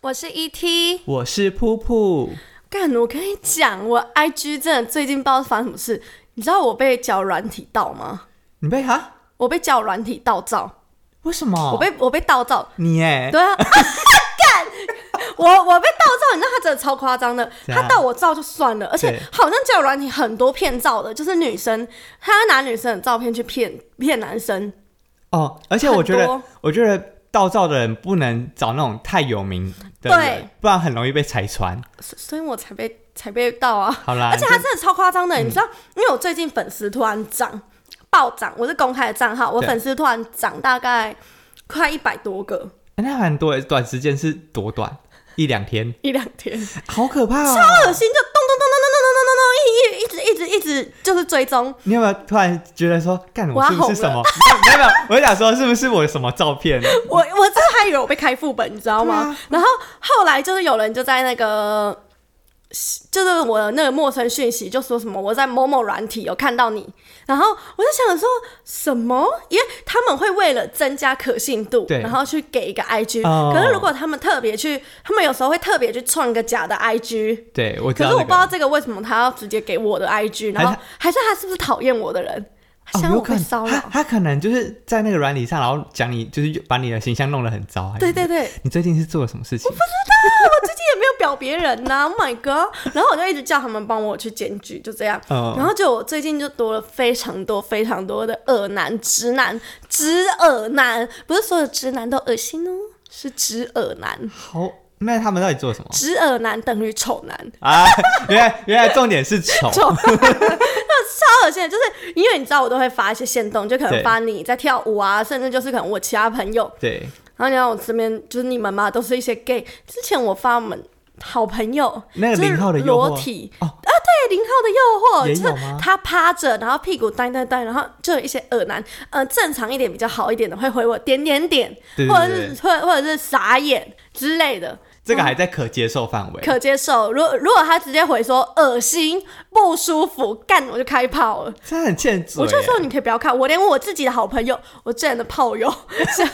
我是 ET，我是噗噗，干，我跟你讲，我 IG 真的最近不知道发生什么事，你知道我被脚软体盗吗？你被哈？我被脚软体盗照，为什么？我被我被盗照，你哦哎、对啊，干，我我被盗照，你知道他真的超夸张的，怎样他盗我照就算了，而且对好像交友软体很多骗照的，就是女生，他拿女生的照片去骗骗男生，哦，而且我觉很得多，我觉得盗照的人不能找那种太有名的人对，不然很容易被拆穿。所所以我才被才被盗啊。好啦，而且他就嗯真的超夸张的，你知道，因为我最近粉丝突然涨暴涨，我是公开的账号，我对粉丝突然涨大概快一百多个，欸那蛮多的，短时间是多短，一两天，一两 天，超好可怕哦！恶心，就咚咚咚咚咚咚咚咚咚咚，一一一直一直一直就是追踪，你有没有突然觉得说，干我我要是不是什红么？没有没有，我想说是不是我有什么照片？我我真的还以为我被开副本，你知道对吗啊？然后后来就是有人就在那个。就是我的那个陌生讯息，就说什么我在某某软体有看到你，然后我就想说什么，因为他们会为了增加可信度，对然后去给一个 IG，、哦可是如果他们特别去，他们有时候会特别去创一个假的 IG，对，我知可道、是我那个哎不知道这个为什么他要直接给我的 IG，然后还是他是不是讨厌我的人，哦想有我可会能骚他扰，他可能就是在那个软体上，然后讲你，就是把你的形象弄得很糟。还是对对对，你最近是做了什么事情？我最近也没有表别人呐、o h my god！然后我就一直叫他们帮我去检举，就这样。嗯然后就我最近就多了非常多非常多的恶男、直男、直耳男，不是所有直男都恶心哦，是直耳男。好，那他们到底做了什么直耳男等于丑男，啊？ 原来原来重点是丑，丑， 那超恶心的。就是因为你知道，我都会发一些线动，就可能对发你在跳舞啊，甚至就是可能我其他朋友，对，然后你看我身边就是你们嘛，都是一些 gay。之前我发我们好朋友，那个就是零号的诱惑裸体哦啊，对，零号的也诱惑，就有是吗他趴着，然后屁股单单单，然后就有一些恶男，呃，正常一点比较好一点的会回我点点点，对对或者对是或或者是傻眼之类的。这个还在可接受范围。可接受，如果如果他直接回说恶心、不舒服，干我就开炮了。真的很欠嘴我耶。就说你可以不要看，我连我自己的好朋友，我之前的炮友，小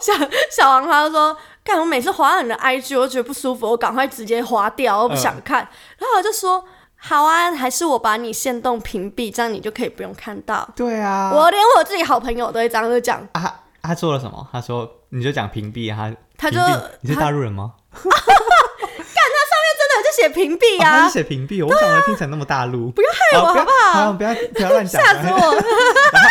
小小王他就说，看我每次划到你的 IG，我就觉得不舒服，我赶快直接划掉，我不想嗯看。然后我就说，好啊，还是我把你限动屏蔽，这样你就可以不用看到。对啊，我连我自己好朋友都会这样就讲，啊，他做了什么？他说你就讲屏蔽他，他就屏蔽你是大陆人吗？真的就写屏哦蔽他啊是，写屏蔽，我想的听成那么大陆，不要害我好不好要不要不要乱讲。吓死我！然后啊，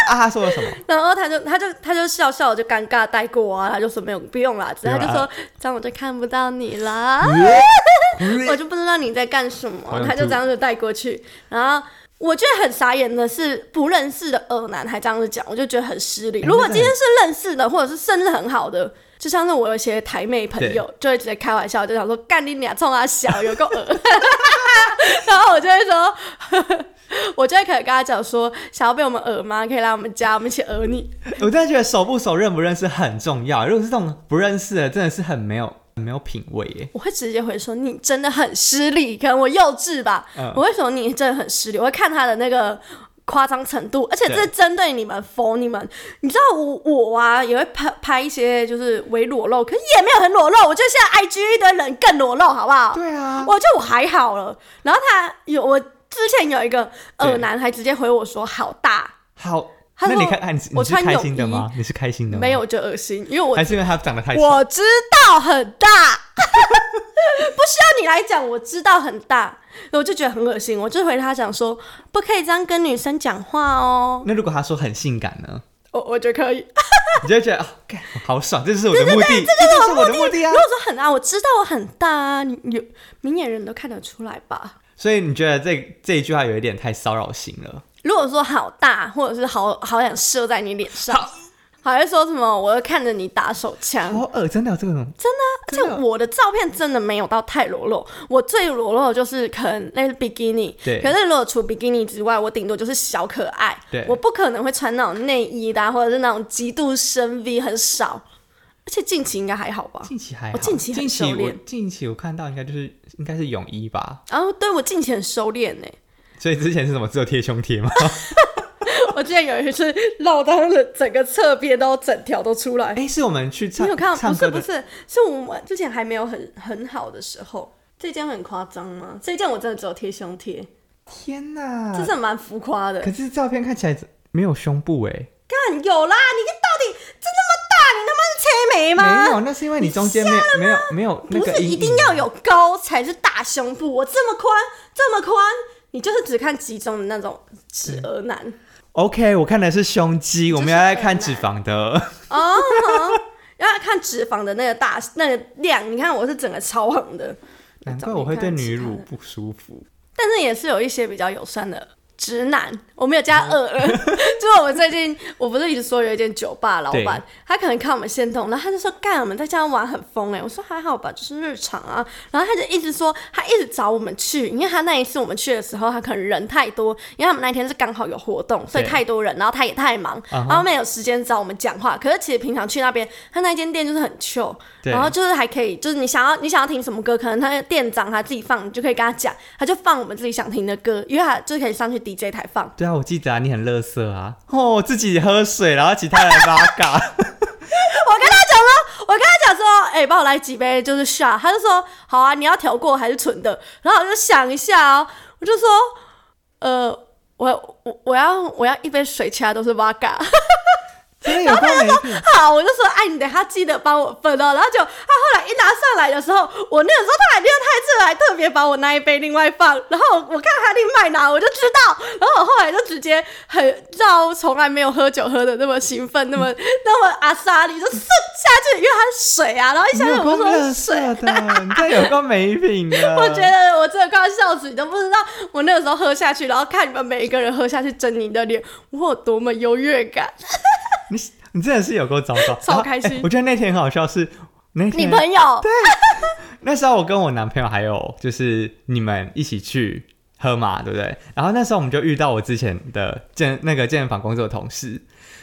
他说了什么？ 然后他就他就他就笑笑，就尴尬带过啊，他就说没有不用啦，只是他就没有说啦这样我就看不到你啦， 我就不知道你在干什好么，想他就吐这样子带过去。然后我觉得很傻眼的是，不认识的恶男还这样子讲，我就觉得很失礼。哎如果那今个天是认识的，或者是甚至很好的，就像是我有一些台妹朋友，就会直接开玩笑，就想说干你俩冲他小，有够恶。 然后我就会说， 我就会可以跟他讲说，想要被我们恶吗？可以来我们家，我们一起恶你。我真的觉得熟不熟、认不认识很重要。如果是这种不认识的，真的是很没有很没有品味耶。我会直接回说你真的很失礼，可能我幼稚吧，嗯我会说你真的很失礼，我会看他的那个夸张程度，而且这对是针对你们否你们，你知道我我啊也会拍拍一些就是微裸露，可是也没有很裸露，我觉得现在 IG 一堆人更裸露，好不好？对啊，我觉得我还好了，然后他有我之前有一个耳男还直接回我说好大，好，他那说你看，啊你是我你是穿开泳心的衣吗？你是开心的吗？没，有就恶心，因为我还是因为他长得太丑？我知道很大， 不需要你来讲，我知道很大，我就觉得很恶心，我就回他讲说，不可以这样跟女生讲话哦，那如果他说很性感呢？ 我我觉得可以。你就会觉得啊，干好爽，这就是我的目的，这就是我的目的啊如。果说很大，我知道我很大啊，你有明眼人都看得出来吧？所以你觉得这这一句话有一点太骚扰型了？如果说好大，或者是好好想射在你脸上，还会说什么我要看着你打手枪，好恶，真的有这种真而且我的照片真的没有到太裸露，我最裸露的就是可能那是比基尼，对可是如果除比基尼之外，我顶多就是小可爱，对我不可能会穿那种内衣的啊、或者是那种极度深 V 很少，而且近期应该还好吧？近期还我哦好，近期很近收期我敛近期我看到应该就是应该是泳衣吧，啊然后对我近期很收敛呢、 所以之前是什么只有贴胸贴吗？ 我我之前有一次绕到了整个侧边都整条都出来。哎，是我们去唱你有看到？唱不是歌不的，是，是我们之前还没有很很好的时候。这件很夸张吗？这件我真的只有贴胸贴，天哪！这是蛮浮夸的。可是照片看起来没有胸部哎，干有啦！你这到底这那么大，你他妈是切眉吗？没有，那是因为你中间没有没有没有那不个是阴一影啊定要有高才是大胸部，我这么宽，这么宽，你就是只看集中的那种直儿男 OK，我看的是胸肌，我们要来看脂肪的。哦。然后看脂肪的那个大那个量，你看我是整个超横的，难怪我会对女乳不舒服。但是也是有一些比较友善的直男，我没有加嗯二 了。就是我们最近，我不是一直说有一间酒吧老板对，他可能看我们先动，然后他就说干，我们在家玩很疯哎、我说还好吧，就是日常啊。然后他就一直说，他一直找我们去，因为他那一次我们去的时候，他可能人太多，因为他们那天是刚好有活动，所以对太多人，然后他也太忙，嗯哼然后没有时间找我们讲话。可是其实平常去那边，他那间店就是很 chill，对然后就是还可以，就是你想要你想要听什么歌，可能他的店长他自己放，你就可以跟他讲，他就放我们自己想听的歌，因为他就可以上去 DJ 台放。对啊，我记得啊，你很乐色啊。哦，自己喝水，然后其他人拉嘎。我跟他讲说，我跟他讲说，哎、帮我来几杯就是 shot，他就说好啊，你要调过还是纯的？然后我就想一下哦，我就说，呃，我我我要我要一杯水，其他都是 vodka。 真的有够没 品。好，我就说，哎，你等下记得帮我分哦。然后就他后来一拿上来的时候，我那个时候他还另外他还特别把我那一杯另外放，然后我看他另外拿，我就知道。然后我后来就直接很绕，从来没有喝酒喝的那么兴奋，那么那么阿莎莉就顺下去，因为它是水啊，然后一你下有就我够说水。乐色的，你这有够没品 的。我觉得我真的快要笑死，你都不知道我那个时候喝下去，然后看你们每一个人喝下去狰狞的脸，我有多么优越感。你你真的是有够糟糕，超开心然后哎我觉得那天很好笑是，那你天朋友那时候我跟我男朋友还有就是你们一起去喝嘛，对不对？然后那时候我们就遇到我之前的健那个健身房工作的同事，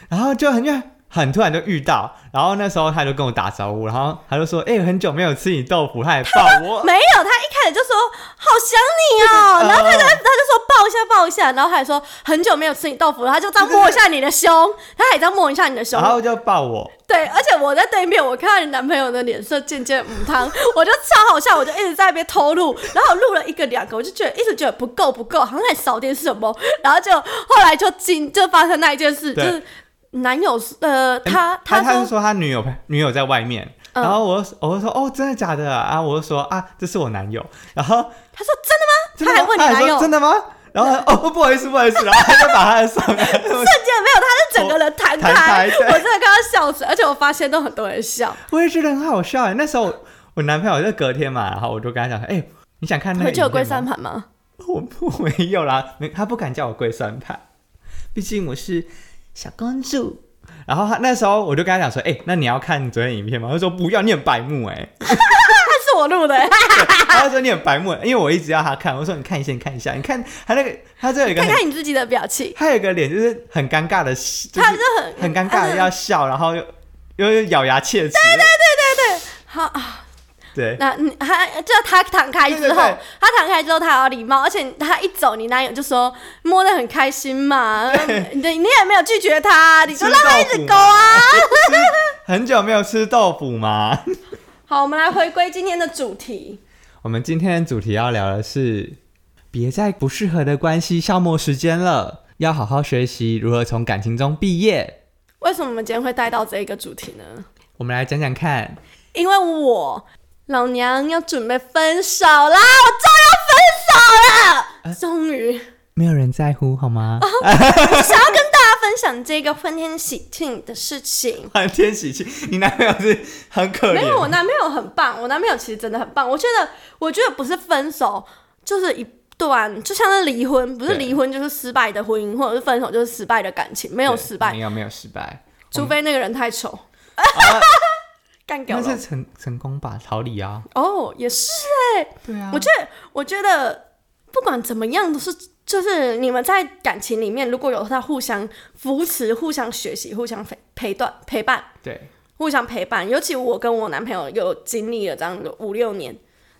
然后就很就很突然就遇到，然后那时候他就跟我打招呼，然后他就说：“哎、很久没有吃你豆腐，他也抱 我。没有，他一开始就说好想你哦，然后他就他就说抱一下抱一下，然后还说很久没有吃你豆腐了，他就这样摸一下你的胸，他还这样摸一下你的”胸然，后就抱我，对，而且我在对面，我看到你男朋友的脸色渐渐母汤，我就超好笑，我就一直在那边偷录，然后我录了一个两个，我就觉得一直觉得不够不够，好像在少点什么，然后就后来就进就发生那一件事，就对是男友呃他他说是说他女友女友在外面，嗯然后我就我就说：“哦，真的假的啊？”啊我就说：“啊，这是我男友。”然后他说真的吗？真的他还吗问你男说友，真的吗？然后他哦，不好意思，不好意思，然后他就把他的手瞬拿间没有，他是整个人弹哦弹开，开对我真的刚刚笑死，而且我发现都很多人 笑，我也觉得很好笑哎。那时候我男朋友就隔天嘛，然后我就跟他讲，哎、你想看那个回影去片有吗龟山盘吗？我我没有啦，没他不敢叫我龟山派，毕竟我是小公主。然后他那时候我就跟他讲说，哎、那你要看昨天影片吗？他说不要，你很白目 哎。那是我 录的、欸，他就说你很白目，欸因为我一直要他看，我说你看一下，你看一下，你看他那个他这有一个看很看你自己的表情，他有一个脸就是很尴尬的， 就他是是很很尴尬的要笑，然后又又又咬牙切齿。好啊。对那你他就他躺开之对对后对，他躺开之后，他还要礼貌，而且他一走，你男友就说摸得很开心 嘛，你你也没有拒绝他，你就让他一直勾 啊。很久没有吃豆腐嘛。好，我们来回归今天的主题，我们今天的主题要聊的是，别在不适合的关系消磨时间了，要好好学习如何从感情中毕业。为什么我们今天会带到这个主题呢？我们来讲讲看，因为我老娘要准备分手啦，我哎终于要分手了，终于！没有人在乎好吗？想要跟大家分享这个欢天喜庆的事情。欢 天喜庆，你男朋友是很可啊没有，我怜，男朋友很棒，我男朋友其实真的很棒。我觉得，我觉得不是分手，就是一段，就像是离婚，不是对离婚就是失败的婚姻，或者是分手就是失败的感情，没没有失败没，有没有失败，除非那个人太丑， 干掉啊那了是。成成功吧，逃离啊。哦，也是哎、对啊我觉得，我觉得不管怎么样，都是就是你们在感情里面，如果有在互相扶持、互相学习、互相陪陪伴、陪伴、对，互相陪伴。尤其我跟我男朋友有经历了这样的五六年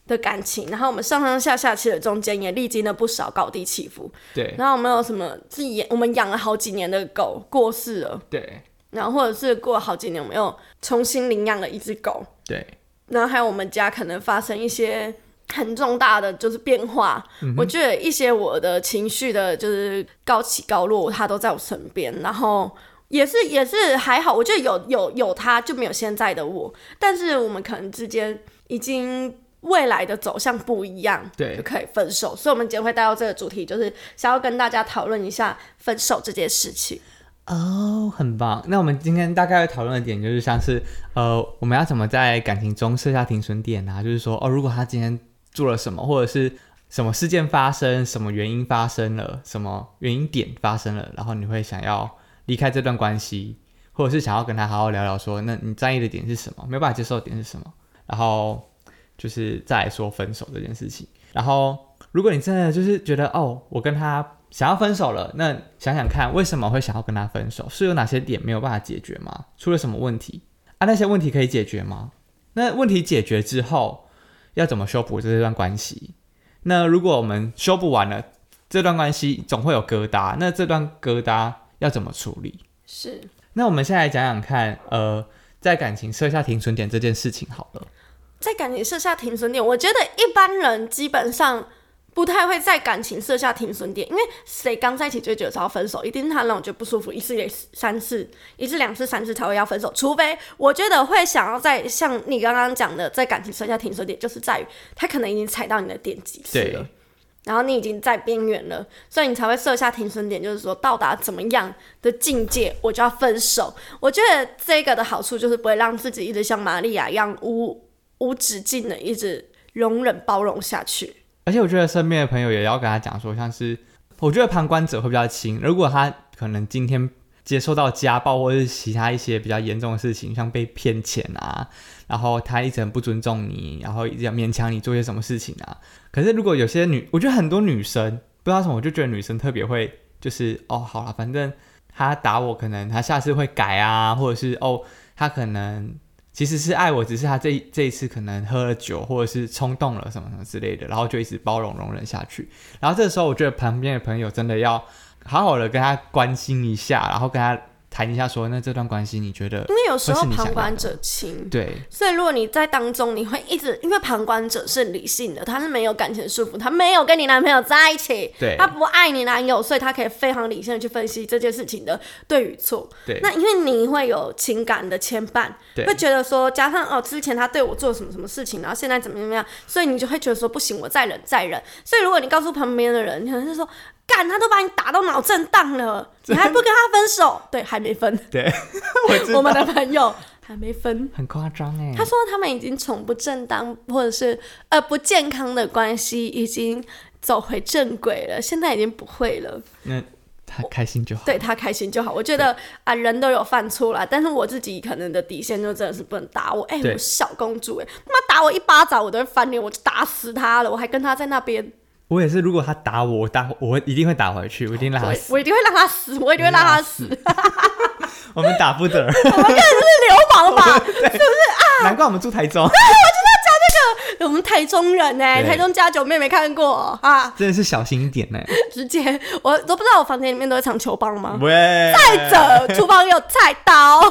的感情，然后我们上上下下其实中间也历经了不少高低起伏。对然后我们有什么自己我们养了好几年的狗过世了，对然后或者是过了好几年我们又重新领养了一只狗，对，然后还有我们家可能发生一些很重大的就是变化，我觉得一些我的情绪的就是高起高落，他都在我身边，然后也是也是还好，我觉得有有有他就没有现在的我，但是我们可能之间已经。未来的走向不一样，对就可以分手。所以，我们今天会带到这个主题，就是想要跟大家讨论一下分手这件事情。哦，很棒。那我们今天大概讨论的点就是，像是呃，我们要怎么在感情中设下停损点啊？就是说，哦，如果他今天做了什么，或者是什么事件发生，什么原因发生了，什么原因点发生了，然后你会想要离开这段关系，或者是想要跟他好好聊聊说，那你在意的点是什么？没有办法接受的点是什么？然后就是再来说分手这件事情。然后，如果你真的就是觉得哦，我跟他想要分手了，那想想看为什么会想要跟他分手？是有哪些点没有办法解决吗？出了什么问题啊？那些问题可以解决吗？那问题解决之后，要怎么修补这段关系？那如果我们修补完了这段关系，总会有疙瘩，那这段疙瘩要怎么处理？是，那我们现在来讲讲看，呃，在感情设下停损点这件事情好了。在感情设下停损点，我觉得一般人基本上不太会在感情设下停损点，因为谁刚在一起就会觉得要分手，一定是他让我觉得不舒服，一次也三次，一次两次三次才会要分手。除非我觉得会想要在像你刚刚讲的，在感情设下停损点，就是在于他可能已经踩到你的点几次对了。然后你已经在边缘了，所以你才会设下停损点，就是说到达怎么样的境界，我就要分手。我觉得这个的好处就是不会让自己一直像玛利亚一样无无止境的一直容忍包容下去。而且我觉得身边的朋友也要跟他讲说，像是我觉得旁观者会比较轻。如果他可能今天接受到家暴或是其他一些比较严重的事情，像被骗钱啊，然后他一直很不尊重你，然后一直要勉强你做些什么事情啊。可是如果有些女，我觉得很多女生不知道为什么，我就觉得女生特别会就是哦，好了，反正他打我，可能他下次会改啊，或者是哦，他可能。其实是爱我，只是他这一这一次可能喝了酒，或者是冲动了什么什么之类的，然后就一直包容容忍下去。然后这时候，我觉得旁边的朋友真的要好好的跟他关心一下，然后跟他谈一下说，那这段关系你觉得因为有时候会是你想旁观要的者清，对所以如果你在当中，你会一直因为旁观者是理性的，他是没有感情束缚，他没有跟你男朋友在一起，对他不爱你男友，所以他可以非常理性的去分析这件事情的对与错。对那因为你会有情感的牵绊，对会觉得说，加上哦，之前他对我做什么什么事情，然后现在怎么怎么样，所以你就会觉得说，不行，我再忍再忍。所以如果你告诉旁边的人，你可能是说，干，他都把你打到脑震荡了，你还不跟他分 手？对，还没分，对， 我知我道们的朋友还没分。很夸张哎、他说他们已经从不正当或者是呃不健康的关系已经走回正轨了，现在已经不会了。那他开心就好。对他开心就好。我觉得啊，人都有犯错啦，但是我自己可能的底线就真的是不能打我。哎、我对是小公主哎、妈打我一巴掌我都会翻脸，我就打死他了，我还跟他在那边，我也是，如果他打我，我打我一定会打回去，哦我一定让他我死，我一定会让他死，我一定会让他死。我们打不得。 我们根本就是流氓吧？ 难怪我们住台 中，我们台中人哎、对台中家酒妹没看过哦啊，真的是小心一点欸呢、直接我都不知道我房间里面都会藏球棒吗？喂，哦再者，厨房有菜刀，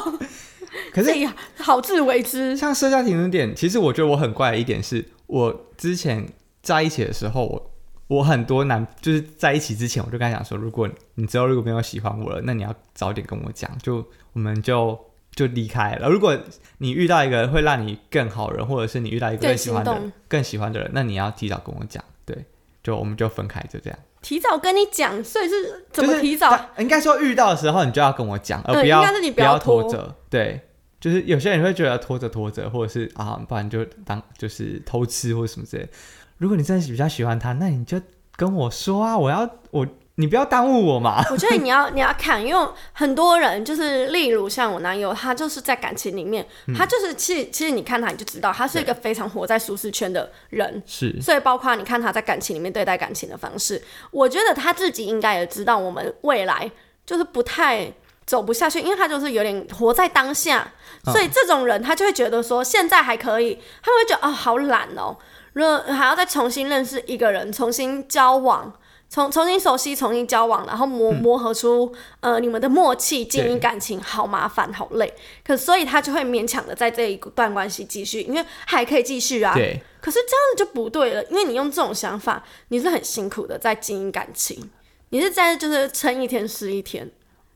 可是哎呀，好自为之。像社交停顿点，其实我觉得我很怪的一点是，我之前在一起的时候，我我很多男就是在一起之前，我就跟他讲说，如果你之后如果没有喜欢我了，那你要早点跟我讲，就我们就就离开了。如果你遇到一个会让你更好的人，或者是你遇到一个更更喜欢心的动人、更喜欢的人，那你要提早跟我讲，对，就我们就分开，就这样。提早跟你讲，所以是怎就么是提早？他应该说遇到的时候你就要跟我讲，而嗯不要、应该是你不不要要拖拖着。对，就是有些人会觉得拖着拖着，或者是啊，不然就当就是偷吃或者什么之类的。如果你真的比较喜欢他，那你就跟我说啊，我要我你不要耽误我嘛。 我觉得你要你要看，因为很多人就是，例如像我男友，他就是在感情里面，他就是其实其实你看他你就知道，他是一个非常活在舒适圈的人。是所以，包括你看他在感情里面对待感情的方式，我觉得他自己应该也知道，我们未来就是不太走不下去，因为他就是有点活在当下，嗯所以这种人他就会觉得说现在还可以，他会觉得哦好懒哦。认还要再重新认识一个人，重新交往，重重新熟悉，重新交往，然后磨磨合出、呃你们的默契，经营感情，好麻烦，好累。可所以他就会勉强的在这一段关系继续，因为还可以继续啊。对，可是这样就不对了，因为你用这种想法，你是很辛苦的在经营感情，你是在就是撑一天是一天。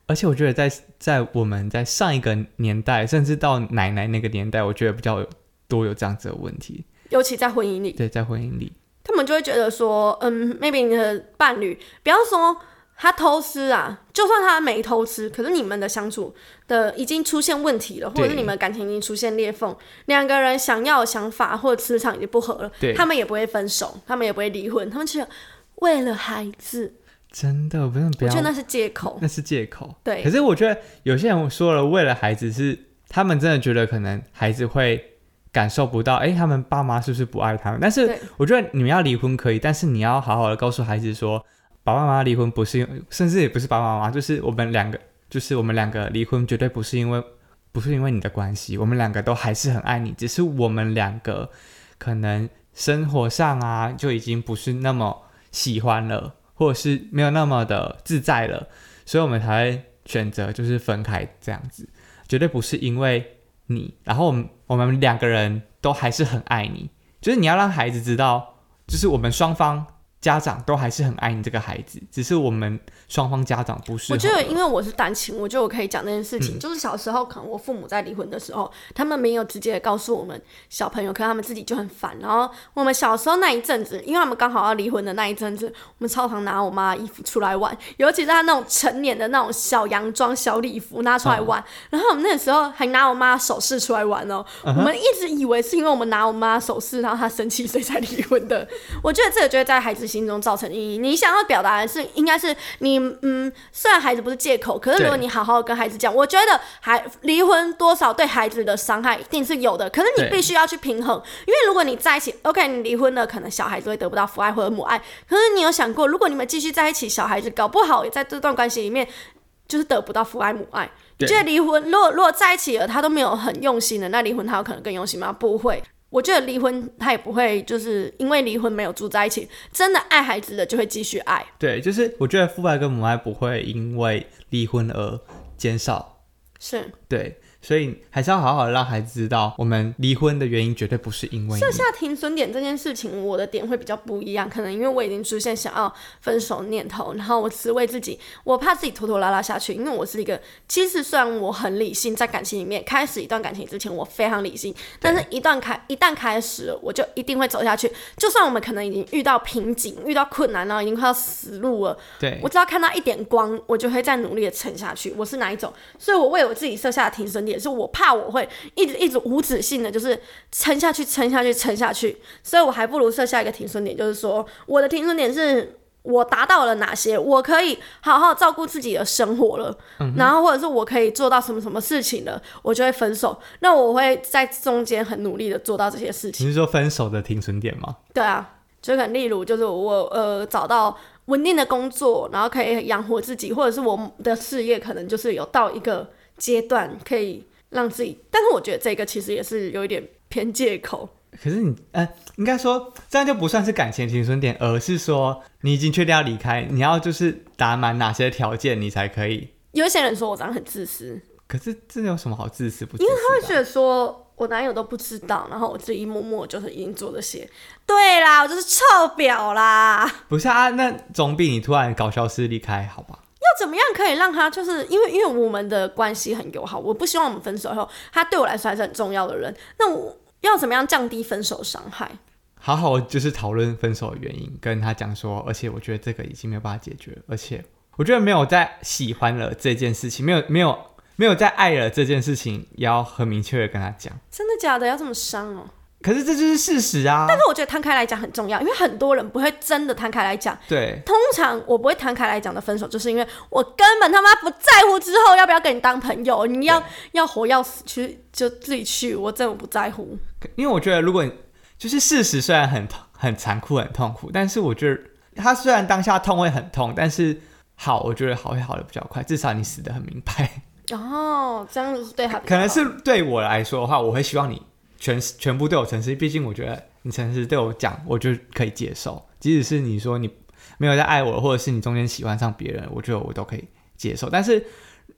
而且我觉得在在我们在上一个年代，甚至到奶奶那个年代，我觉得比较有多有这样子的问题。尤其在婚姻里，对，在婚姻里，他们就会觉得说，嗯，maybe 你的伴侣，不要说他偷吃啊，就算他没偷吃，可是你们的相处的已经出现问题了，或者是对你们的感情已经出现裂缝，两个人想要的想法或者磁场已经不合了，对他们也不会分手，他们也不会离婚，他们只有为了孩子，真的不用不我要觉得，那是借口。那是借口。对可是我觉得有些人说了，为了孩子是他们真的觉得可能孩子会感受不到，哎、他们爸妈是不是不爱他们？但对是我觉得你们要离婚可以，但是你要好好的告诉孩子说，爸爸妈妈离婚不是因为，甚至也不是爸爸妈妈，就是我们两个，就是我们两个离婚绝对不是因为不是因为你的关系，我们两个都还是很爱你，只是我们两个可能生活上啊就已经不是那么喜欢了，或者是没有那么的自在了，所以我们才会选择就是分开这样子，绝对不是因为你。然后我们我们两个人都还是很爱你，就是你要让孩子知道，就是我们双方家长都还是很爱你这个孩子，只是我们双方家长不是。我觉得，因为我是单亲，我觉得我可以讲这件事情。就是小时候，可能我父母在离婚的时候，他们没有直接地告诉我们小朋友，可能他们自己就很烦。然后我们小时候那一阵子，因为他们刚好要离婚的那一阵子，我们超常拿我妈的衣服出来玩，尤其是她那种成年的那种小洋装、小礼服拿出来玩。然后我们那时候还拿我妈的首饰出来玩哦。我们一直以为是因为我们拿我妈的首饰，然后她生气，所以才离婚的。我觉得这个就会在孩子心中造成阴影。你想要表达的是，应该是你嗯，虽然孩子不是借口，可是如果对你好好地跟孩子讲，我觉得孩离婚多少对孩子的伤害一定是有的，可是你对必须要去平衡，因为如果你在一起，OK，你离婚了，可能小孩子会得不到父爱或者母爱，可是你有想过，如果你们继续在一起，小孩子搞不好也在这段关系里面就是得不到父爱母爱。你对觉得离婚，如果如果在一起了，他都没有很用心的，那离婚他有可能更用心吗？不会。我觉得离婚他也不会，就是因为离婚没有住在一起，真的爱孩子的就会继续爱。对，就是我觉得父爱跟母爱不会因为离婚而减少是，对，所以还是要好好让孩子知道，我们离婚的原因绝对不是因为你。下停损点这件事情，我的点会比较不一样，可能因为我已经出现想要分手的念头，然后我只为自己，我怕自己拖拖拉拉下去，因为我是一个，其实虽然我很理性，在感情里面开始一段感情之前，我非常理性，但是一段开一旦开始了，我就一定会走下去，就算我们可能已经遇到瓶颈、遇到困难，然后已经快要死路了，对我，只要看到一点光，我就会再努力的撑下去。我是哪一种？所以我为我自己设下的停损点，是我怕我会一直一直无止境的，就是撑下去、撑下去、撑下去。所以我还不如设下一个停损点，就是说我的停损点是。我达到了哪些？我可以好好照顾自己的生活了，然后或者是我可以做到什么什么事情了，我就会分手。那我会在中间很努力的做到这些事情。你是说分手的停损点吗？对啊，就可能例如就是我呃找到稳定的工作，然后可以养活自己，或者是我的事业可能就是有到一个阶段可以让自己，但是我觉得这个其实也是有一点偏借口。可是你，呃，应该说这样就不算是感情停损点，而是说你已经确定要离开，你要就是打满哪些条件，你才可以。有一些人说我长得很自私，可是这有什么好自私不自私就的啊？觉得说我男友都不知道，然后我自己默默就是已经做这些。对啦，我就是臭婊啦。不是啊，那总比你突然搞消失离开好吧？要怎么样可以让他就是因为因为我们的关系很友好，我不希望我们分手后，他对我来说还是很重要的人。那我要怎么样降低分手伤害？好好就是讨论分手的原因，跟他讲说，而且我觉得这个已经没有办法解决了，而且我觉得没有在喜欢了这件事情，没有没有没有在爱了这件事情，也要很明确的跟他讲。真的假的？要这么伤哦？可是这就是事实啊，但是我觉得摊开来讲很重要，因为很多人不会真的摊开来讲。对通常我不会摊开来讲的分手，就是因为我根本他妈不在乎之后要不要跟你当朋友，你要要活要死去就自己去，我真的不在乎。因为我觉得如果你就是事实虽然很痛很残酷很痛苦，但是我觉得他虽然当下痛会很痛，但是好，我觉得好会好的比较快，至少你死的很明白。哦，这样子是对他比较可能好是对我来说的话，我会希望你全全部对我诚实，毕竟我觉得你诚实对我讲，我就可以接受。即使是你说你没有在爱我，或者是你中间喜欢上别人，我觉得我都可以接受。但是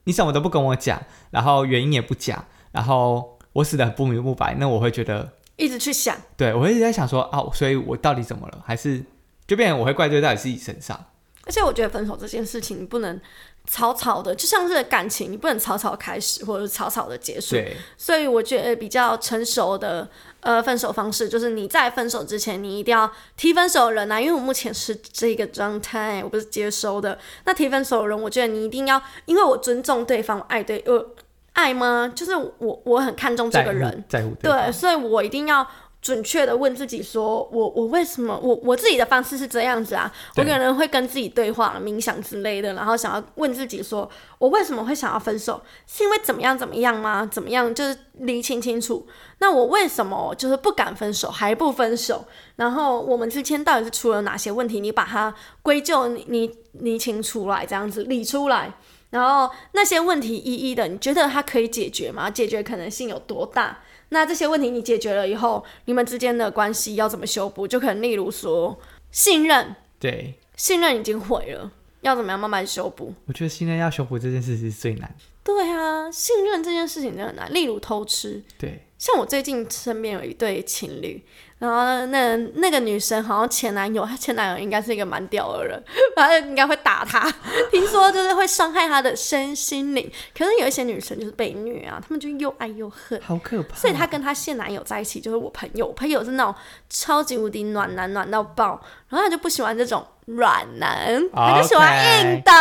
你什么都不跟我讲，然后原因也不讲，然后我死的不明不白，那我会觉得，一直去想，对我会一直在想说啊，所以我到底怎么了？还是就变成我会怪罪到你自己身上。而且我觉得分手这件事情，你不能草草的，就像是感情，你不能草草开始或者草草的结束。对，所以我觉得比较成熟的呃分手方式，就是你在分手之前，你一定要提分手的人啊，因为我目前是这个状态，我不是接收的。那提分手的人，我觉得你一定要，因为我尊重对方，我爱对我爱吗？就是我我很看重这在个乎人，在乎对，对方，所以我一定要准确的问自己说，我我为什么我我自己的方式是这样子啊？我对可能会跟自己对话、冥想之类的，然后想要问自己说，我为什么会想要分手？是因为怎么样怎么样吗？怎么样就是理清清楚。那我为什么就是不敢分手，还不分手？然后我们之间到底是出了哪些问题？你把它归咎你你理清出来，这样子理出来。然后那些问题一一的，你觉得它可以解决吗？解决可能性有多大？那这些问题你解决了以后，你们之间的关系要怎么修补？就可能例如说信任，对。信任已经毁了，要怎么样慢慢修补？我觉得信任要修补这件事是最难的。对啊，信任这件事情真的很难。例如偷吃，对，像我最近身边有一对情侣，然后那那个女生好像前男友，她前男友应该是一个蛮屌的人，反正应该会打她，听说就是会伤害她的身心灵。可是有一些女生就是被虐啊，她们就又爱又恨。好可怕。所以她跟她现男友在一起，就是我朋友，我朋友是那种超级无敌暖男，暖到爆，然后她就不喜欢这种软男，她就喜欢 OK 硬的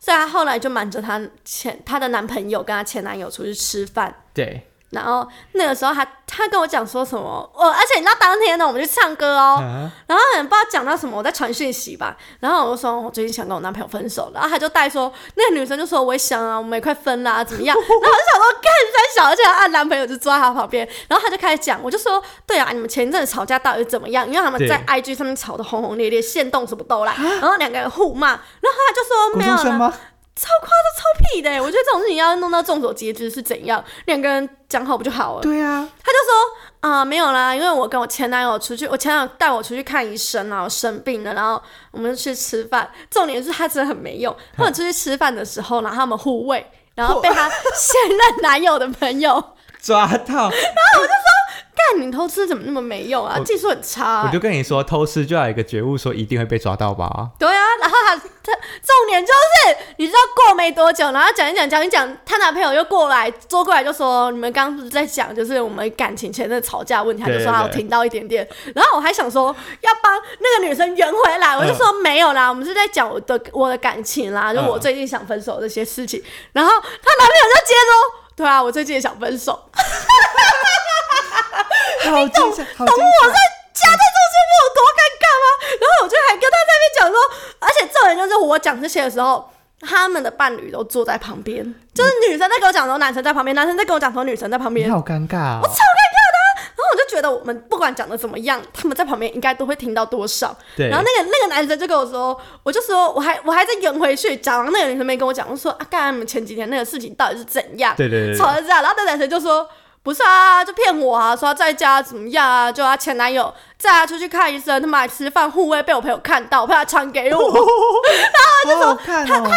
所以她后来就瞒着她前她的男朋友跟她前男友出去吃饭，对，然后那个时候他他跟我讲说什么，哦，而且你知道当天呢，我们去唱歌哦，啊然后很不知道讲到什么，我在传讯息吧，然后我就说我最近想跟我男朋友分手，然后他就带说那个女生就说我也想啊，我们也快分啦、怎么 样？然后我就想说干三小，而且她男朋友就坐在她旁边，然后他就开始讲，我就说对啊，你们前一阵子吵架到底是怎么样？因为他们对啊在 IG 上面吵得轰轰烈烈，限动什么都来，然后两个人互骂，然后他就说国没中有生啦。吗？超夸张、超屁的欸！我觉得这种事情要弄到众所皆知是怎样，两个人讲好不就好了？对啊，啊、没有啦，因为我跟我前男友出去，我前男友带我出去看医生啊，我生病了，然后我们就去吃饭。重点是他真的很没用，他们出去吃饭的时候，然后他们互喂，然后被他 现任男友的朋友，抓到！干你偷吃怎么那么没用啊？我技术很差啊、我就跟你说，偷吃就要有一个觉悟，说一定会被抓到吧。对啊，然后他他重点就是，你知道过没多久，然后讲一讲讲一讲，她男朋友又过来坐过来就说，你们刚刚不是在讲就是我们感情前的吵架问题，他就对说他有对听到一点点，然后我还想说要帮那个女生圆回来，我就说没有啦，我们是在讲我的我的感情啦，就我嗯最近想分手这些事情，然后她男朋友就接着说，对啊，我最近也想分手， 好精彩，好精我在夹在中间，我有多尴尬吗？然后我就还跟他在那边讲说，而且重点就是我讲这些的时候，他们的伴侣都坐在旁边，就是女生在跟我讲的时候，男生在旁边；男生在跟我讲的时候，女生在旁你边。好尴尬、哦。啊然后我就觉得我们不管讲的怎么样，他们在旁边应该都会听到多少。对，然后那个那个男生就跟我说，我就说我还我还在圆回去，假装那个女生没跟我讲，我说啊，刚才你们前几天那个事情到底是怎样？对对对对吵成这样，然后那男生就说。不是啊，就骗我啊，说他在家怎么样啊，就他前男友载他出去看医生，他妈还吃饭互喂，被我朋友看到，我朋友传给我， 好好看哦。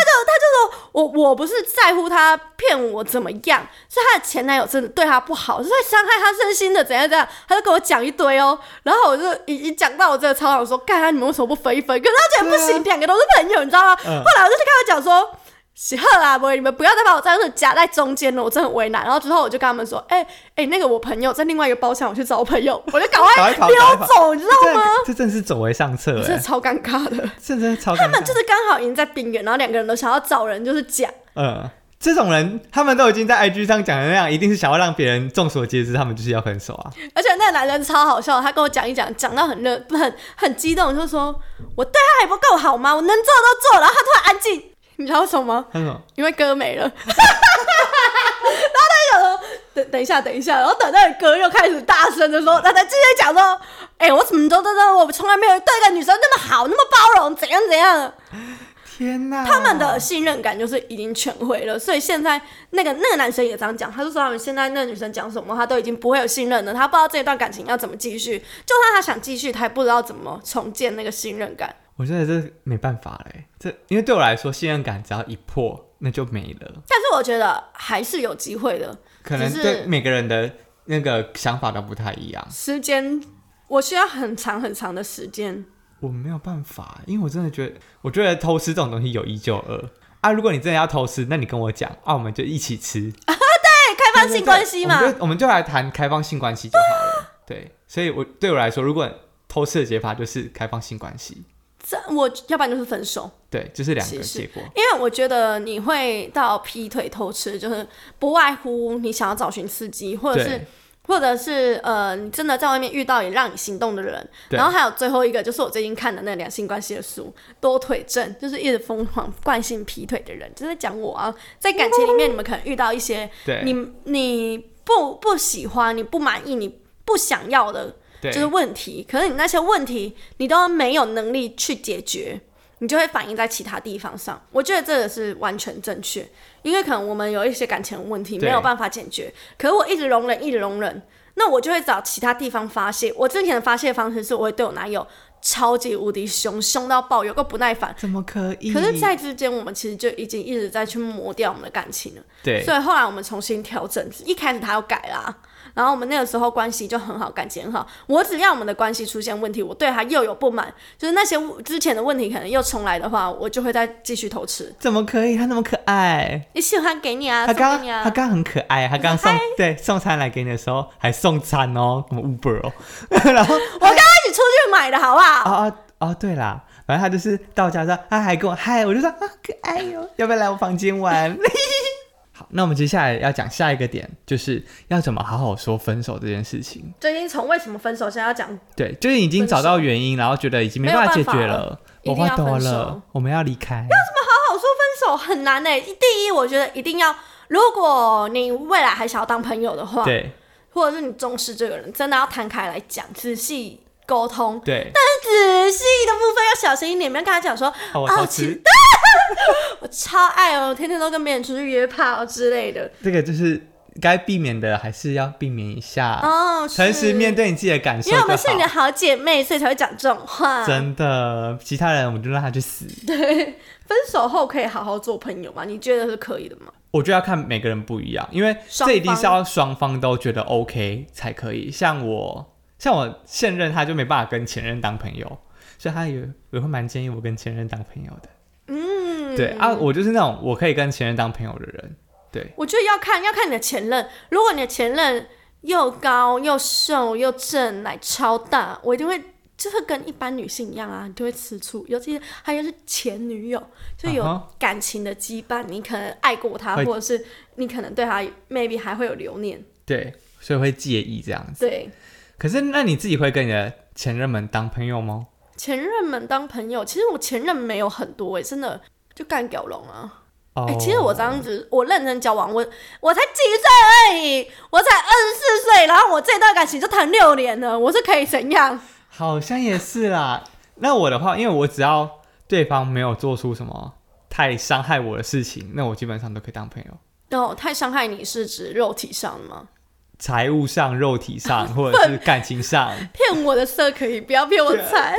我我不是在乎他骗我怎么样，是他的前男友真的对他不好，是在伤害他身心的，怎样怎样，他就跟我讲一堆哦。然后我就一一讲到我这个超想说，干他你们为什么不分一分？可是他觉得不行，啊两、个都是朋友，你知道吗？嗯后来我就去跟他讲说。喜贺啊，不会，你们不要再把我这样子夹在中间了，我真的很为难。然后之后我就跟他们说，哎、哎、那个我朋友在另外一个包厢，我去找我朋友，我就赶快赶快跑赶溜快跑走，你知道吗？这这真的是走为上策真的哎，超尴尬的，这真的超尴他们就尬。是刚好已经在边缘，然后两个人都想要找人就是讲。嗯，这种人他们都已经在 IG 上讲的那样，一定是想要让别人众所皆知，他们就是要分手啊。而且那个男人超好笑，他跟我讲一讲，讲到很热、很很激动，就说我对他还不够好吗？我能做都做了，然后他突然安静，你知道为什么吗？他说因为歌没了。 然后他就想说，等等一下，等一下，然后等那个歌又开始大声的时候，他才继续讲说，哎、我怎么都都都，我从来没有对一个女生那么好，那么包容，怎样怎样。天哪！他们的信任感就是已经全毁了，所以现在那个那个男生也这样讲，他就说他们现在那个女生讲什么，他都已经不会有信任了，他不知道这段感情要怎么继续，就算他想继续，他也不知道怎么重建那个信任感。我真的这没办法嘞，这因为对我来说，信任感只要一破，那就没了。但是我觉得还是有机会的，可能就是对每个人的那个想法都不太一样。时间我需要很长很长的时间。我没有办法，因为我真的觉得，我觉得偷吃这种东西有一就二啊。如果你真的要偷吃，那你跟我讲啊，我们就一起吃。对，哎开放性关系嘛，我们就我们就来谈开放性关系就好了。对，所以我对我来说，如果偷吃的解法就是开放性关系，这我要不然就是分手。对，就是两个其实结果。因为我觉得你会到劈腿偷吃，就是不外乎你想要找寻刺激，或者是对。或者是呃，你真的在外面遇到也让你心动的人，对然后还有最后一个就是我最近看的那两性关系的书《多腿症》，就是一直疯狂惯性劈腿的人，就是在讲我啊，在感情里面你们可能遇到一些对，你你不不喜欢、你不满意、你不想要的对，就是问题。可是你那些问题，你都没有能力去解决，你就会反映在其他地方上。我觉得这个是完全正确，因为可能我们有一些感情问题对没有办法解决，可是我一直容忍，一直容忍，那我就会找其他地方发泄。我之前的发泄方式是，我会对我男友超级无敌凶，凶到爆，有个不耐烦。怎么可以？可是，在之间，我们其实就已经一直在去磨掉我们的感情了。对所以后来我们重新调整，一开始他要改啦，然后我们那个时候关系就很好，感情很好。我只要我们的关系出现问题，我对他又有不满，就是那些之前的问题可能又重来的话，我就会再继续偷吃。怎么可以？他那么可爱，你喜欢给你啊，他送刚给你他啊。刚很可爱，他刚送对送餐来给你的时候还送餐哦，什么 Uber 哦，然后我跟他一起出去买的好不好？啊啊啊，对啦，反正他就是到家之后，他还跟我嗨，我就说啊可爱哟、要不要来我房间玩？ 好，那我们接下来要讲下一个点，就是要怎么好好说分手这件事情。最近从为什么分手，现在要讲哦对，就是已经找到原因，然后觉得已经没办法解决没有办法了，一我定坏要头分手了，我们要离开。好好说分手很难呢、欸第一，我觉得一定要，如果你未来还想要当朋友的话，对或者是你重视这个人，真的要摊开来讲，仔细沟通。对， 仔细的部分要小心一点，不要跟他讲说好，我哦偷其吃。我超爱哦，天天都跟别人出去约炮之类的。这个就是该避免的，还是要避免一下，哦，是诚实面，对你自己的感受因为我们是就你的好好姐妹，所以才会讲这种话。真的，其他人我们就让他去死。分手后可以好好做朋友吗？你觉得是可以的吗？我就要看每个人不一样，因为双方这一定是要双方都觉得 OK 才可以。像我，像我现任他就没办法跟前任当朋友，所以他也也会蛮建议我跟前任当朋友的。嗯，对啊，我就是那种我可以跟前任当朋友的人。对我觉得要看要看你的前任，如果你的前任又高又瘦又正，奶超大，我一定会。就是跟一般女性一样啊，你就会吃醋，尤其是还有是前女友，就啊有哈感情的羁绊，你可能爱过她，会或者是你可能对她 maybe 还会有留念，对，所以会介意这样子。对。可是那你自己会跟你的前任们当朋友吗？前任们当朋友，其实我前任没有很多欸诶、真的就干屌龙啊！哦、哎、其实我这样子，我认真交往，我我才几岁而已，我才二十四岁，然后我这段感情就谈六年了，我是可以怎样？好像也是啦。那我的话，因为我只要对方没有做出什么太伤害我的事情，那我基本上都可以当朋友。哦，太伤害你是指肉体上的吗？财务上、肉 体上，或者是感情上，骗我的色可以，不要骗我 财，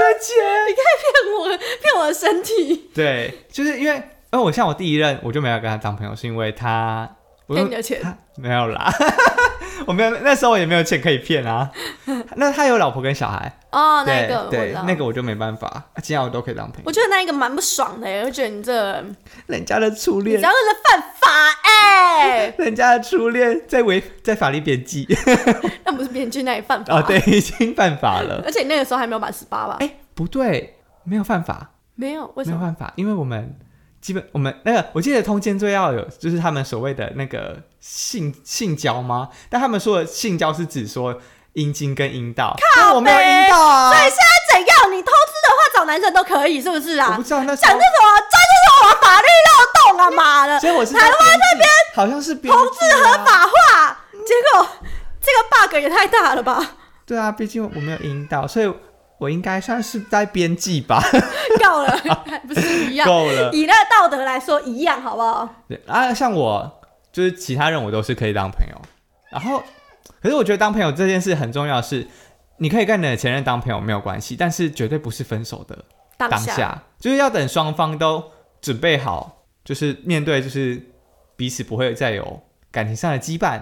骗我骗我的身体，对，就是因为，因为我像我第一任，我就没有跟他当朋友，是因为他，我骗就哎你的钱。他没有啦， 我没有，那时候我也没有钱可以 骗啊。那他有老婆跟小孩，哦，那对个我知对道，，那个我就没办法，既然我都可以当朋我友，觉得那一个蛮不爽的诶、我觉得你这个 人人家的初你恋这，样是犯法哎、人家的初恋在违在法律边 际那不是编剧那里犯法啊，对，已经犯法了。而且那个时候还没有满十八吧？哎、不对，没有犯法，没有，为什没有么？办法，因为我们基本我们那个，我记得通奸罪要有，就是他们所谓的那个性性交吗？但他们说的性交是指说阴茎跟阴道，但我没有阴道啊所，以现在怎样？你偷吃的话找男生都可以，是不是我啊不？知道那时讲候这，种啊，这就是我的法律漏洞啊！妈的，所以我是台湾这边好像是同志合法化，结果这个 bug 也太大了吧？对啊，毕竟我没有阴道，所以我应该算是在编辑吧，够 了，不是一样？够了以那个道德来说，一样好不好？对啊。像我就是其他人，我都是可以当朋友。然后，可是我觉得当朋友这件事很重要的是，你可以跟你的前任当朋友没有关系，但是绝对不是分手的当当下，就是要等双方都准备好，就是面对就是彼此不会再有感情上的羁绊，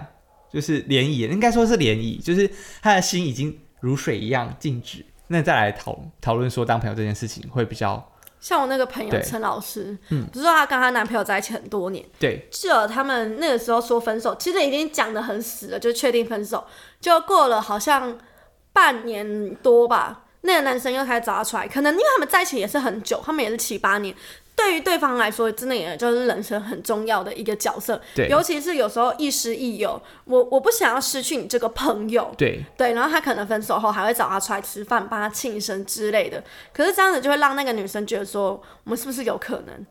就是涟漪，应该说是涟漪，就是他的心已经如水一样静止，那再来讨讨论说当朋友这件事情会比较像我那个朋友对嗯陈老师，不是说她跟她男朋友在一起很多年，对，记得他们那个时候说分手，其实已经讲的很死了，就确定分手，就过了好像半年多吧，那个男生又开始找她出来，可能因为他们在一起也是很久，他们也是七八年。对于对方来说，真的也就是人生很重要的一个角色，对尤其是有时候亦师亦友，我我不想要失去你这个朋友，对对，然后他可能分手后还会找他出来吃饭，帮他庆生之类的。可是这样子就会让那个女生觉得说，我们是不是有可能？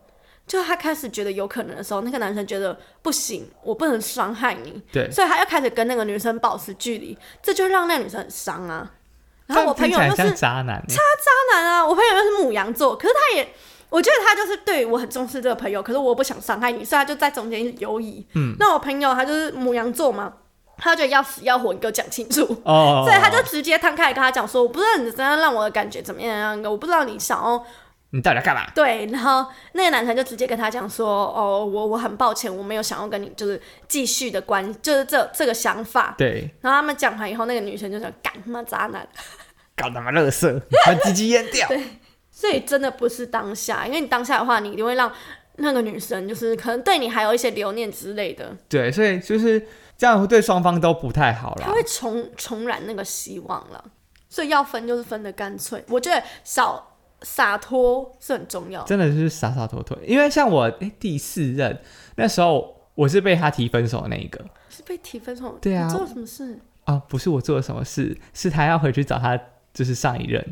就他开始觉得有可能的时候，那个男生觉得不行，我不能伤害你，对，所以他又开始跟那个女生保持距离，这就让那个女生很伤啊。然后我朋友这又样听起来是很像渣男欸，当然啊，我朋友又是母羊座，可是他也，我觉得他就是对我很重视这个朋友，可是我不想伤害你，所以他就在中间游移。嗯，那我朋友他就是母羊座嘛，他就觉得要死要活，你给我讲清楚。哦，所以他就直接摊开来跟他讲说，我不知道你真的让我的感觉怎么样样的，我不知道你想要你到底要干嘛？对，然后那个男生就直接跟他讲说，哦，我我很抱歉，我没有想要跟你就是继续的关，就是这这个想法。对，然后他们讲完以后，那个女生就想，干他妈渣男。搞他妈乐 色，把鸡鸡淹掉。所以真的不是当下，因为你当下的话，你一定会让那个女生就是可能对你还有一些留念之类的，对，所以就是这样，对双方都不太好她啦。会重重燃那个希望了。所以要分就是分的干脆，我觉得少洒脱是很重要的。真的就是洒洒脱脱，因为像我、诶第四任那时候，我是被他提分手的那一个是被提分手？对啊你做了什么事啊，不是我做了什么事，是他要回去找他，就是上一任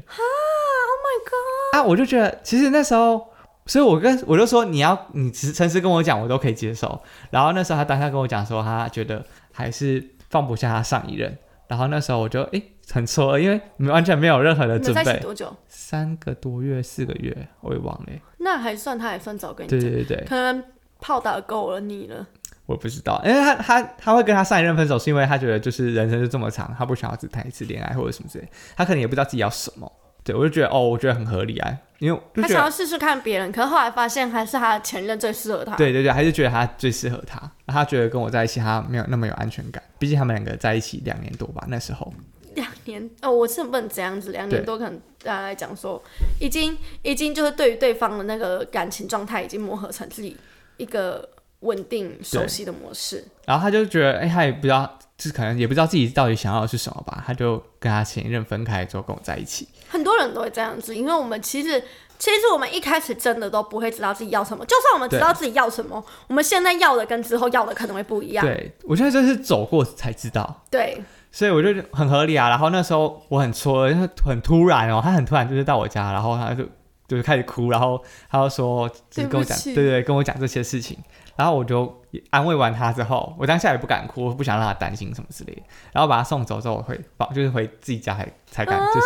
，Oh 啊。我就觉得其实那时候，所以我跟我就说你要你直诚实跟我讲，我都可以接受。然后那时候他当下跟我讲说，他觉得还是放不下他上一任。然后那时候我就诶很错愕，因为你们完全没有任何的你呃准们在一起备，多久？三个多月、四个月，我也忘了耶。那还算，他还算早跟你对讲，对对，可能炮打够了你了。我不知道，因为他他他会跟他上一任分手，是因为他觉得就是人生就这么长，他不想要只谈一次恋爱或者什么之类，他可能也不知道自己要什么。对我就觉得哦，我觉得很合理啊，因为我他就觉想得要试试看别人，可是后来发现还是他的前任最适合他。，对对对，还是觉得他最适合他，他觉得跟我在一起他没有那么有安全感，毕竟他们两个在一起两年多吧，那时候两年哦，我是不能这样子，两年对多可能大家来讲说，已经已经就是对于对方的那个感情状态已经磨合成自己一个稳定熟悉的模式。然后他就觉得，哎、他也不知道，就是可能也不知道自己到底想要的是什么吧，他就跟他前一任分开之后跟我在一起，很多人都会这样子，因为我们其实其实我们一开始真的都不会知道自己要什么，就算我们知道自己要什么，我们现在要的跟之后要的可能会不一样。对我觉得这是走过才知道，对，所以我就很合理啊。然后那时候我很戳，因为很突然哦，他很突然就是到我家，然后他就就是开始哭，然后他就说就是跟我讲，对不起对对对，跟我讲这些事情。然后我就安慰完他之后，我当下也不敢哭，我不想让他担心什么之类的。然后把他送走之后，我会放，就是回自己家才才敢就是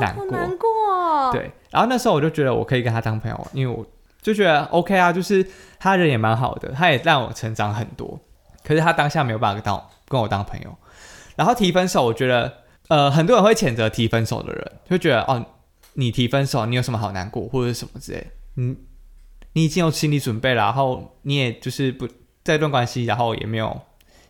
难好过。难过哦、对，然后那时候我就觉得我可以跟他当朋友，因为我就觉得 OK 啊，就是他人也蛮好的，他也让我成长很多。可是他当下没有办法当跟我当朋友，然后提分手，我觉得呃很多人会谴责提分手的人，就觉得哦你提分手你有什么好难过或者是什么之类的，你你已经有心理准备了，然后你也就是不这段关系，然后也没有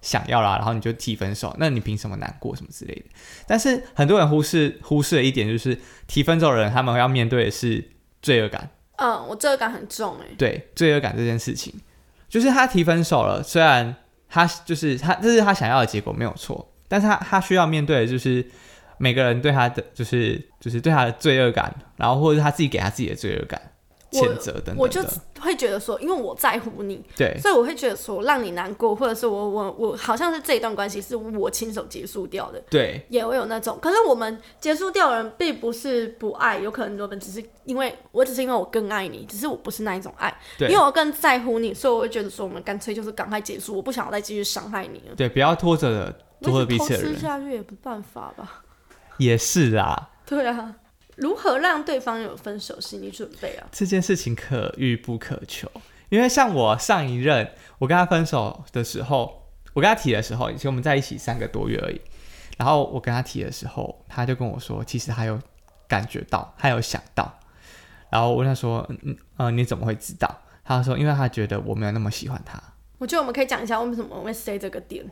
想要啦，然后你就提分手，那你凭什么难过什么之类的？但是很多人忽视忽视的一点就是，提分手的人他们要面对的是罪恶感，嗯，我罪恶感很重哎、对罪恶感这件事情，就是他提分手了，虽然他就是他这是他想要的结果没有错，但是他他需要面对的就是每个人对他的就是就是对他的罪恶感，然后或者是他自己给他自己的罪恶感、我谴责等等的，我就会觉得说，因为我在乎你，对所以我会觉得说让你难过，或者是我我我好像是这一段关系是我亲手结束掉的，对也会有那种。可是我们结束掉的人并不是不爱，有可能我们只是因为我只是因为我更爱你，只是我不是那一种爱，因为对我更在乎你，所以我会觉得说我们干脆就是赶快结束，我不想要再继续伤害你了。对，不要拖着的拖着我一直彼偷此的吃人下去也不办法吧？也是啦，对啊，如何让对方有分手心理准备啊？这件事情可遇不可求，因为像我上一任，我跟他分手的时候，我跟他提的时候，其实我们在一起三个多月而已。然后我跟他提的时候，他就跟我说，其实他有感觉到，他有想到。然后我问他说，嗯嗯呃，你怎么会知道？他说，嗯因为他觉得我没有那么喜欢他。我觉得我们可以讲一下为什么我会 say 这个点，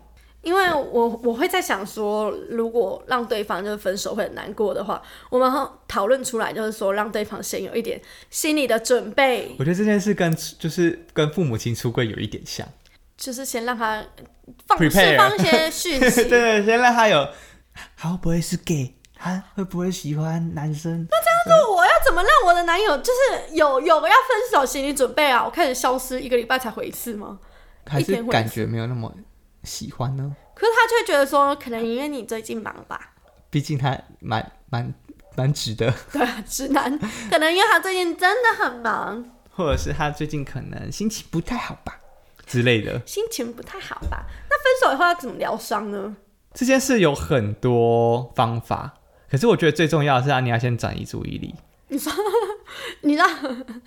因为我我会在想说，如果让对方就是分手会很难过的话，我们好讨论出来就是说让对方先有一点心理的准备， 我觉得这件事跟就是跟父母亲出柜有一点像，就是先让他放 Prepare 释放一些讯 对息。对，先让他有， 他会不会是 gay？他会不会喜欢男生？那我要怎么让我的男友就是有有要分手心理准备啊？我开始消失一个礼拜才回一次吗？还一天是会感觉没有那么喜欢呢？可是他却觉得说，可能因为你最近忙吧， 毕竟他蛮蛮蛮直的，对啊，直男，可能因为他最近真的很忙， 或者是他最近可能心情不太好吧之类的。心情不太好吧？那分手以后要怎么疗伤呢？这件事有很多方法，可是我觉得最重要的是啊，你要先转移注意力。你知道，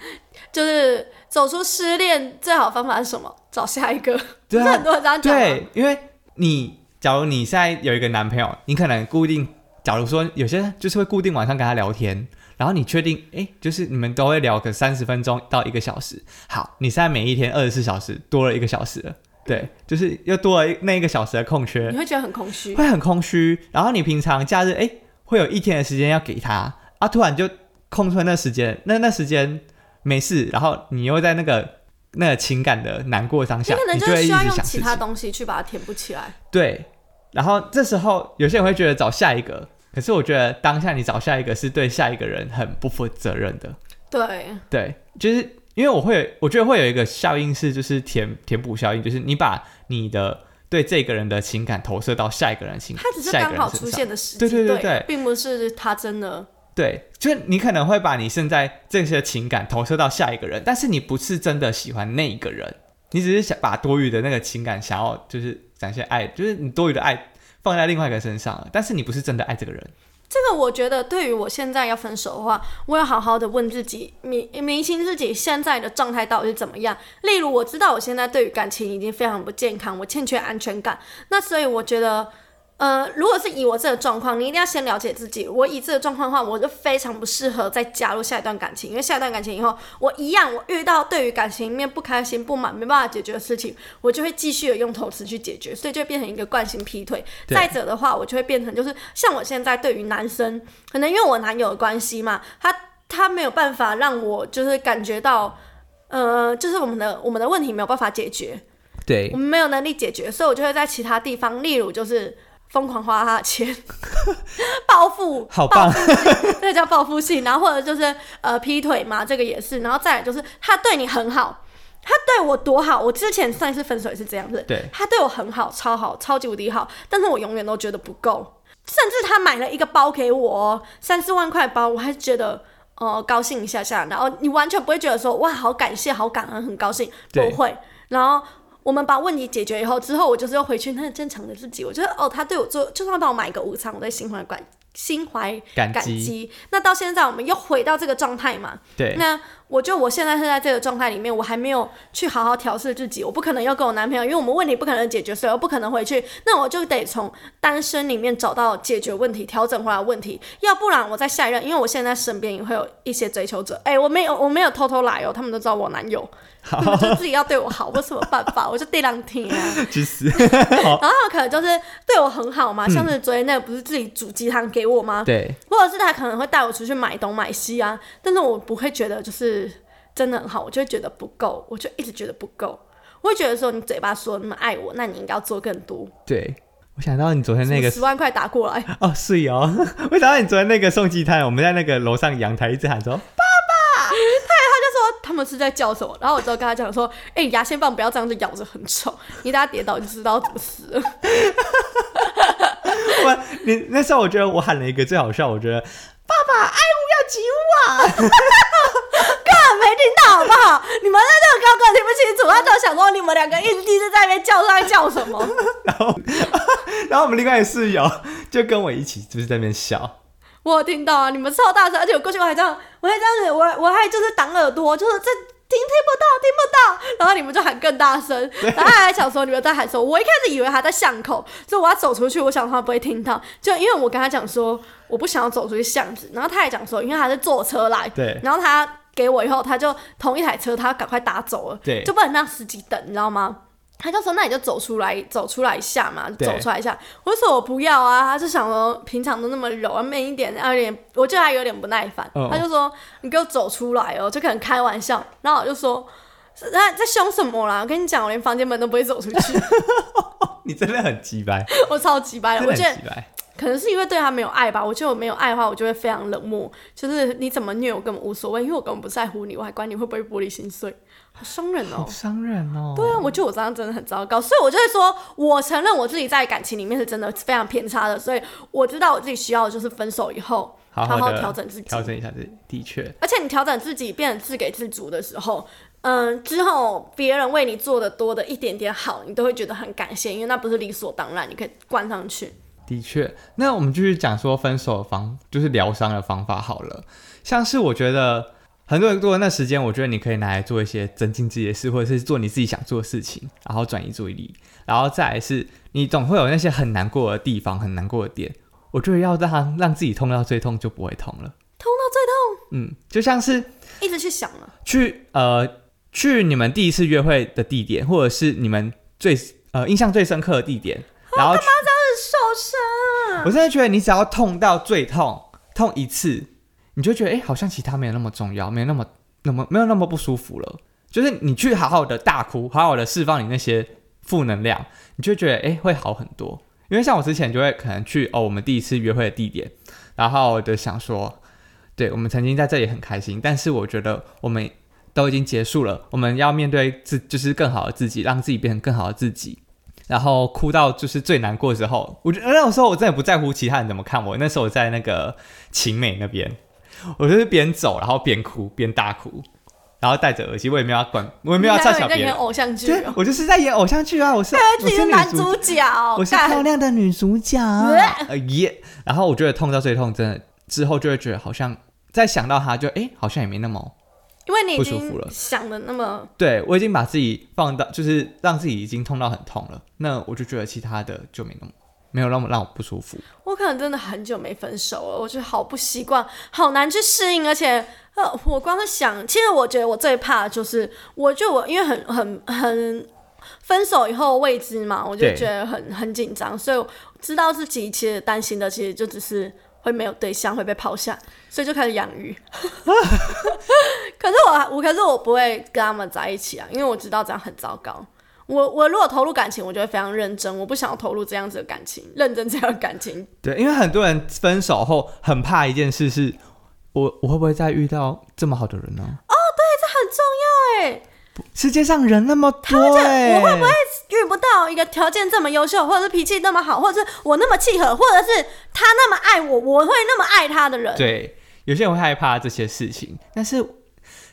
就是走出失恋最好的方法是什么？找下一个。不对啊是很多人这样讲吗？对，因为你假如你现在有一个男朋友，你可能固定，假如说有些就是会固定晚上跟他聊天，然后你确定，哎，就是你们都会聊个三十分钟到一个小时。好，你现在每一天二十四小时多了一个小时了，对，就是又多了一那一个小时的空缺你，会觉得很空虚。会很空虚。然后你平常假日，哎，会有一天的时间要给他，啊，突然就空出来那时间，那那时间没事，然后你又在那个。那个情感的难过当你下，可能你就就会是需一直要想用事其情。他东西去把它填补起来。对，然后这时候有些人会觉得找下一个，可是我觉得当下你找下一个是对下一个人很不负责任的。对，对，就是因为我会有，我觉得会有一个效应是，就是填填补效应，就是你把你的对这个人的情感投射到下一个人情，他只是下一个刚人好身出上现的时机，对对对对并不是他真的。对，就是你可能会把你现在这些情感投射到下一个人，但是你不是真的喜欢那一个人，你只是想把多余的那个情感想要就是展现爱，就是你多余的爱放在另外一个身上了，但是你不是真的爱这个人。这个我觉得，对于我现在要分手的话，我要好好的问自己，明明清自己现在的状态到底是怎么样。例如，我知道我现在对于感情已经非常不健康，我欠缺安全感，那所以我觉得。呃，如果是以我这个状况，你一定要先了解自己。我以这个状况的话，我就非常不适合再加入下一段感情，因为下一段感情以后，我一样我遇到对于感情里面不开心、不满、没办法解决的事情，我就会继续的用投资去解决，所以就会变成一个惯性劈腿。对再者的话，我就会变成就是像我现在对于男生，可能因为我男友的关系嘛，他他没有办法让我就是感觉到，呃，就是我们的我们的问题没有办法解决，对我，们没有能力解决，所以我就会在其他地方，例如就是疯狂花他的钱， 报复，好棒，这个叫报复性，然后或者就是呃劈腿嘛，这个也是，然后再来就是他对你很好。他对我多好，我之前上一次分手也是这样子。对他对我很好，超好，超级无敌好，但是我永远都觉得不够。甚至他买了一个包给我哦，三四万块包，我还觉得呃高兴一下下，然后你完全不会觉得说哇好感谢、好感恩、很高兴，对不会。然后我们把问题解决以后，之后我就是又回去那个正常的自己，我觉得哦，他对我做，就算帮我买个午餐，我都会心怀感心怀感感激激。那到现在我们又回到这个状态嘛？对，那我觉得我现在是在这个状态里面，我还没有去好好调试自己，我不可能要跟我男朋友，因为我们问题不可能解决，所以我不可能回去。那我就得从单身里面找到解决问题、调整回来的问题，要不然我在下一任，因为我现在身边也会有一些追求者，哎、我没有，我没有偷偷来哦，他们都知道我男友，他们就自己要对我好，我有 什么办法？我就地浪听啊。去死，然后他可能就是对我很好嘛，像是昨天那个不是自己煮鸡汤给我吗？对，或者是他可能会带我出去买东买西啊，但是我不会觉得就是真的很好，我就会觉得不够，我就一直觉得不够，我会觉得说你嘴巴说那么爱我，那你应该要做更多。对。我想到你昨天那个十万块打过来，哦，是哦， 我想到你昨天那个送鸡摊，我们在那个楼上阳台一直喊说，他们是在叫什么？然后我就跟他讲说，哎、你牙线棒不要这样子咬着，很丑，你等下跌倒就知道怎么死 了。我你那时候我觉得我喊了一个最好笑，我觉得没听到好不好？你们在这个高歌听不清楚，他就想说你们两个一直一直在那边叫，在叫什么？然后然后我们另外一个室友就跟我一起就是在那边笑，我有听到啊，你们超大声，而且我过去我还这样，我还这样子，我我还就是挡耳朵，就是这听听不到，听不到，然后你们就喊更大 声，然后他还想说你们在喊什么，我一开始以为他在巷口，所以我要走出去，我想他不会听到，就因为我跟他讲说我不想要走出去巷子，然后他也讲说，因为他是坐车来，对然后他给我以后，他就同一台车，他赶快打走了，对就不能让司机等，你知道吗？他就说：“那你就走出来，走出来一下嘛，对走出来一下。”我就说：“我不要啊！”他就想说：“平常都那么柔啊，慢一点，啊，有点，我觉得他有点不耐烦。嗯他就说：“你给我走出来哦！”就可能开玩笑，然后我就说：“是那在凶什么啦？我跟你讲，我连房间门都不会走出去， 你真的很鸡掰，我超级白真的。我的觉得很鸡掰。可能是因为对他没有爱吧，我觉得我没有爱的话，我就会非常冷漠。就是你怎么虐我根本无所谓，因为我根本不在乎你，我还管你会不会玻璃心碎，好伤人哦好。伤人哦。对啊，我觉得我这样真的很糟糕，所以我就会说，我承认我自己在感情里面是真的非常偏差的，所以我知道我自己需要的就是分手以后好好的调整自己，调整一下自己，的确，而且你调整自己变得自给自足的时候，嗯，之后别人为你做的多的一点点好，你都会觉得很感谢，因为那不是理所当然，你可以冠上去。的确。那我们继续讲说分手的方，就是疗伤的方法好了。像是我觉得很多人做的那时间，我觉得你可以拿来做一些增进自己的事，或者是做你自己想做的事情，然后转移注意力。然后再来是，你总会有那些很难过的地方，很难过的点。我觉得要让让自己痛到最痛就不会痛了。痛到嗯，就像是最痛，一直去想啊了，去呃去你们第一次约会的地点，或者是你们最呃印象最深刻的地点，然后去很受伤啊。我真的觉得你只要痛到最痛，痛一次，你就觉得哎、诶好像其他没有那么重要，没有那么那么没有那么不舒服了。就是你去好好的大哭，好好的释放你那些负能量，你就觉得哎、诶会好很多。因为像我之前就会可能去哦，我们第一次约会的地点，然后我就想说，对我们曾经在这里很开心，但是我觉得我们都已经结束了，我们要面对自就是更好的自己，让自己变成更好的自己。然后哭到就是最难过的时候，我觉得那种时候我真的不在乎其他人怎么看我。那时候我在那个晴美那边，我就是边走然后边哭边大哭，然后戴着耳机，我也没有要管，我也没有要你还嘲以为笑在别演人。偶像剧对哦，，我就是在演偶像剧啊，我是他我自己是是女男主主角，我是干漂亮的女主角，呃呃耶！然后我觉得痛到最痛，真的之后就会觉得好像再想到她就哎、好像也没那么因为你已不舒服了经想的那么对我已经把自己放到，就是让自己已经痛到很痛了，那我就觉得其他的就没那么没有那么让我不舒服。我可能真的很久没分手了，我就好不习惯，好难去适应，而且呃，我光是想，其实我觉得我最怕的就是，我就我因为很很很分手以后未知嘛，我就对觉得很很紧张，所以我知道自己其实担心的其实就只是。会没有对象，会被抛下，所以就开始养鱼。 可是我，我可是我不会跟他们在一起啊，因为我知道这样很糟糕。我我如果投入感情，我就会非常认真，我不想要投入这样子的感情，认真这样的感情对，因为很多人分手后很怕一件事是，我我会不会再遇到这么好的人哦呢？很重要哎、世界上人那么多、欸，我会不会遇不到一个条件这么优秀，或者是脾气那么好，或者是我那么契合，或者是他那么爱我，我会那么爱他的人。对，有些人会害怕这些事情，但是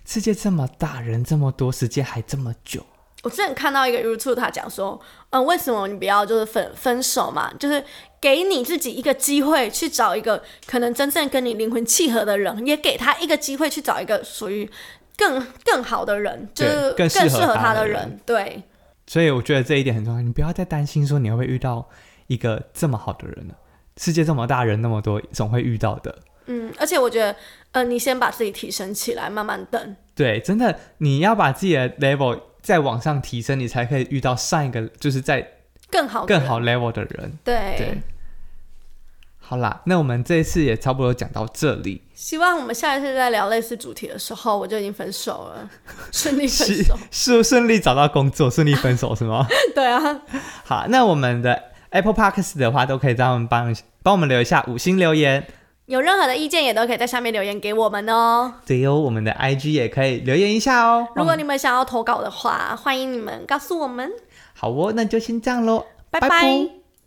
世界这么大，人这么多，时间还这么久，我之前看到一个 YouTube，他讲说，嗯，为什么你不要就是分分手嘛？就是给你自己一个机会去找一个可能真正跟你灵魂契合的人，也给他一个机会去找一个属于更更好的人，就是对更适合更适合他他的的人人。对，所以我觉得这一点很重要。你不要再担心说你会不会遇到一个这么好的人了，世界这么大，人那么多，总会遇到的。嗯，而且我觉得，嗯，你先把自己提升起来，慢慢等。对，真的，你要把自己的 level 再往上提升，你才可以遇到上一个就是在更好，更。好 level 的人。对，对，好啦，那我们这一次也差不多讲到这里。希望我们下一次在聊类似主题的时候，我就已经分手 了，顺利分是手。是顺利找到工作，顺利分手是吗？ 对啊，好，那我们的 Apple Podcast 的话，都可以让我们帮帮我们留一下五星留言。有任何的意见也都可以在下面留言给我们哦。对哦，我们的 IG 也可以留言一下哦。如果你们想要投稿的话，欢迎你们告诉我们。好哦，那就先这样喽，拜拜拜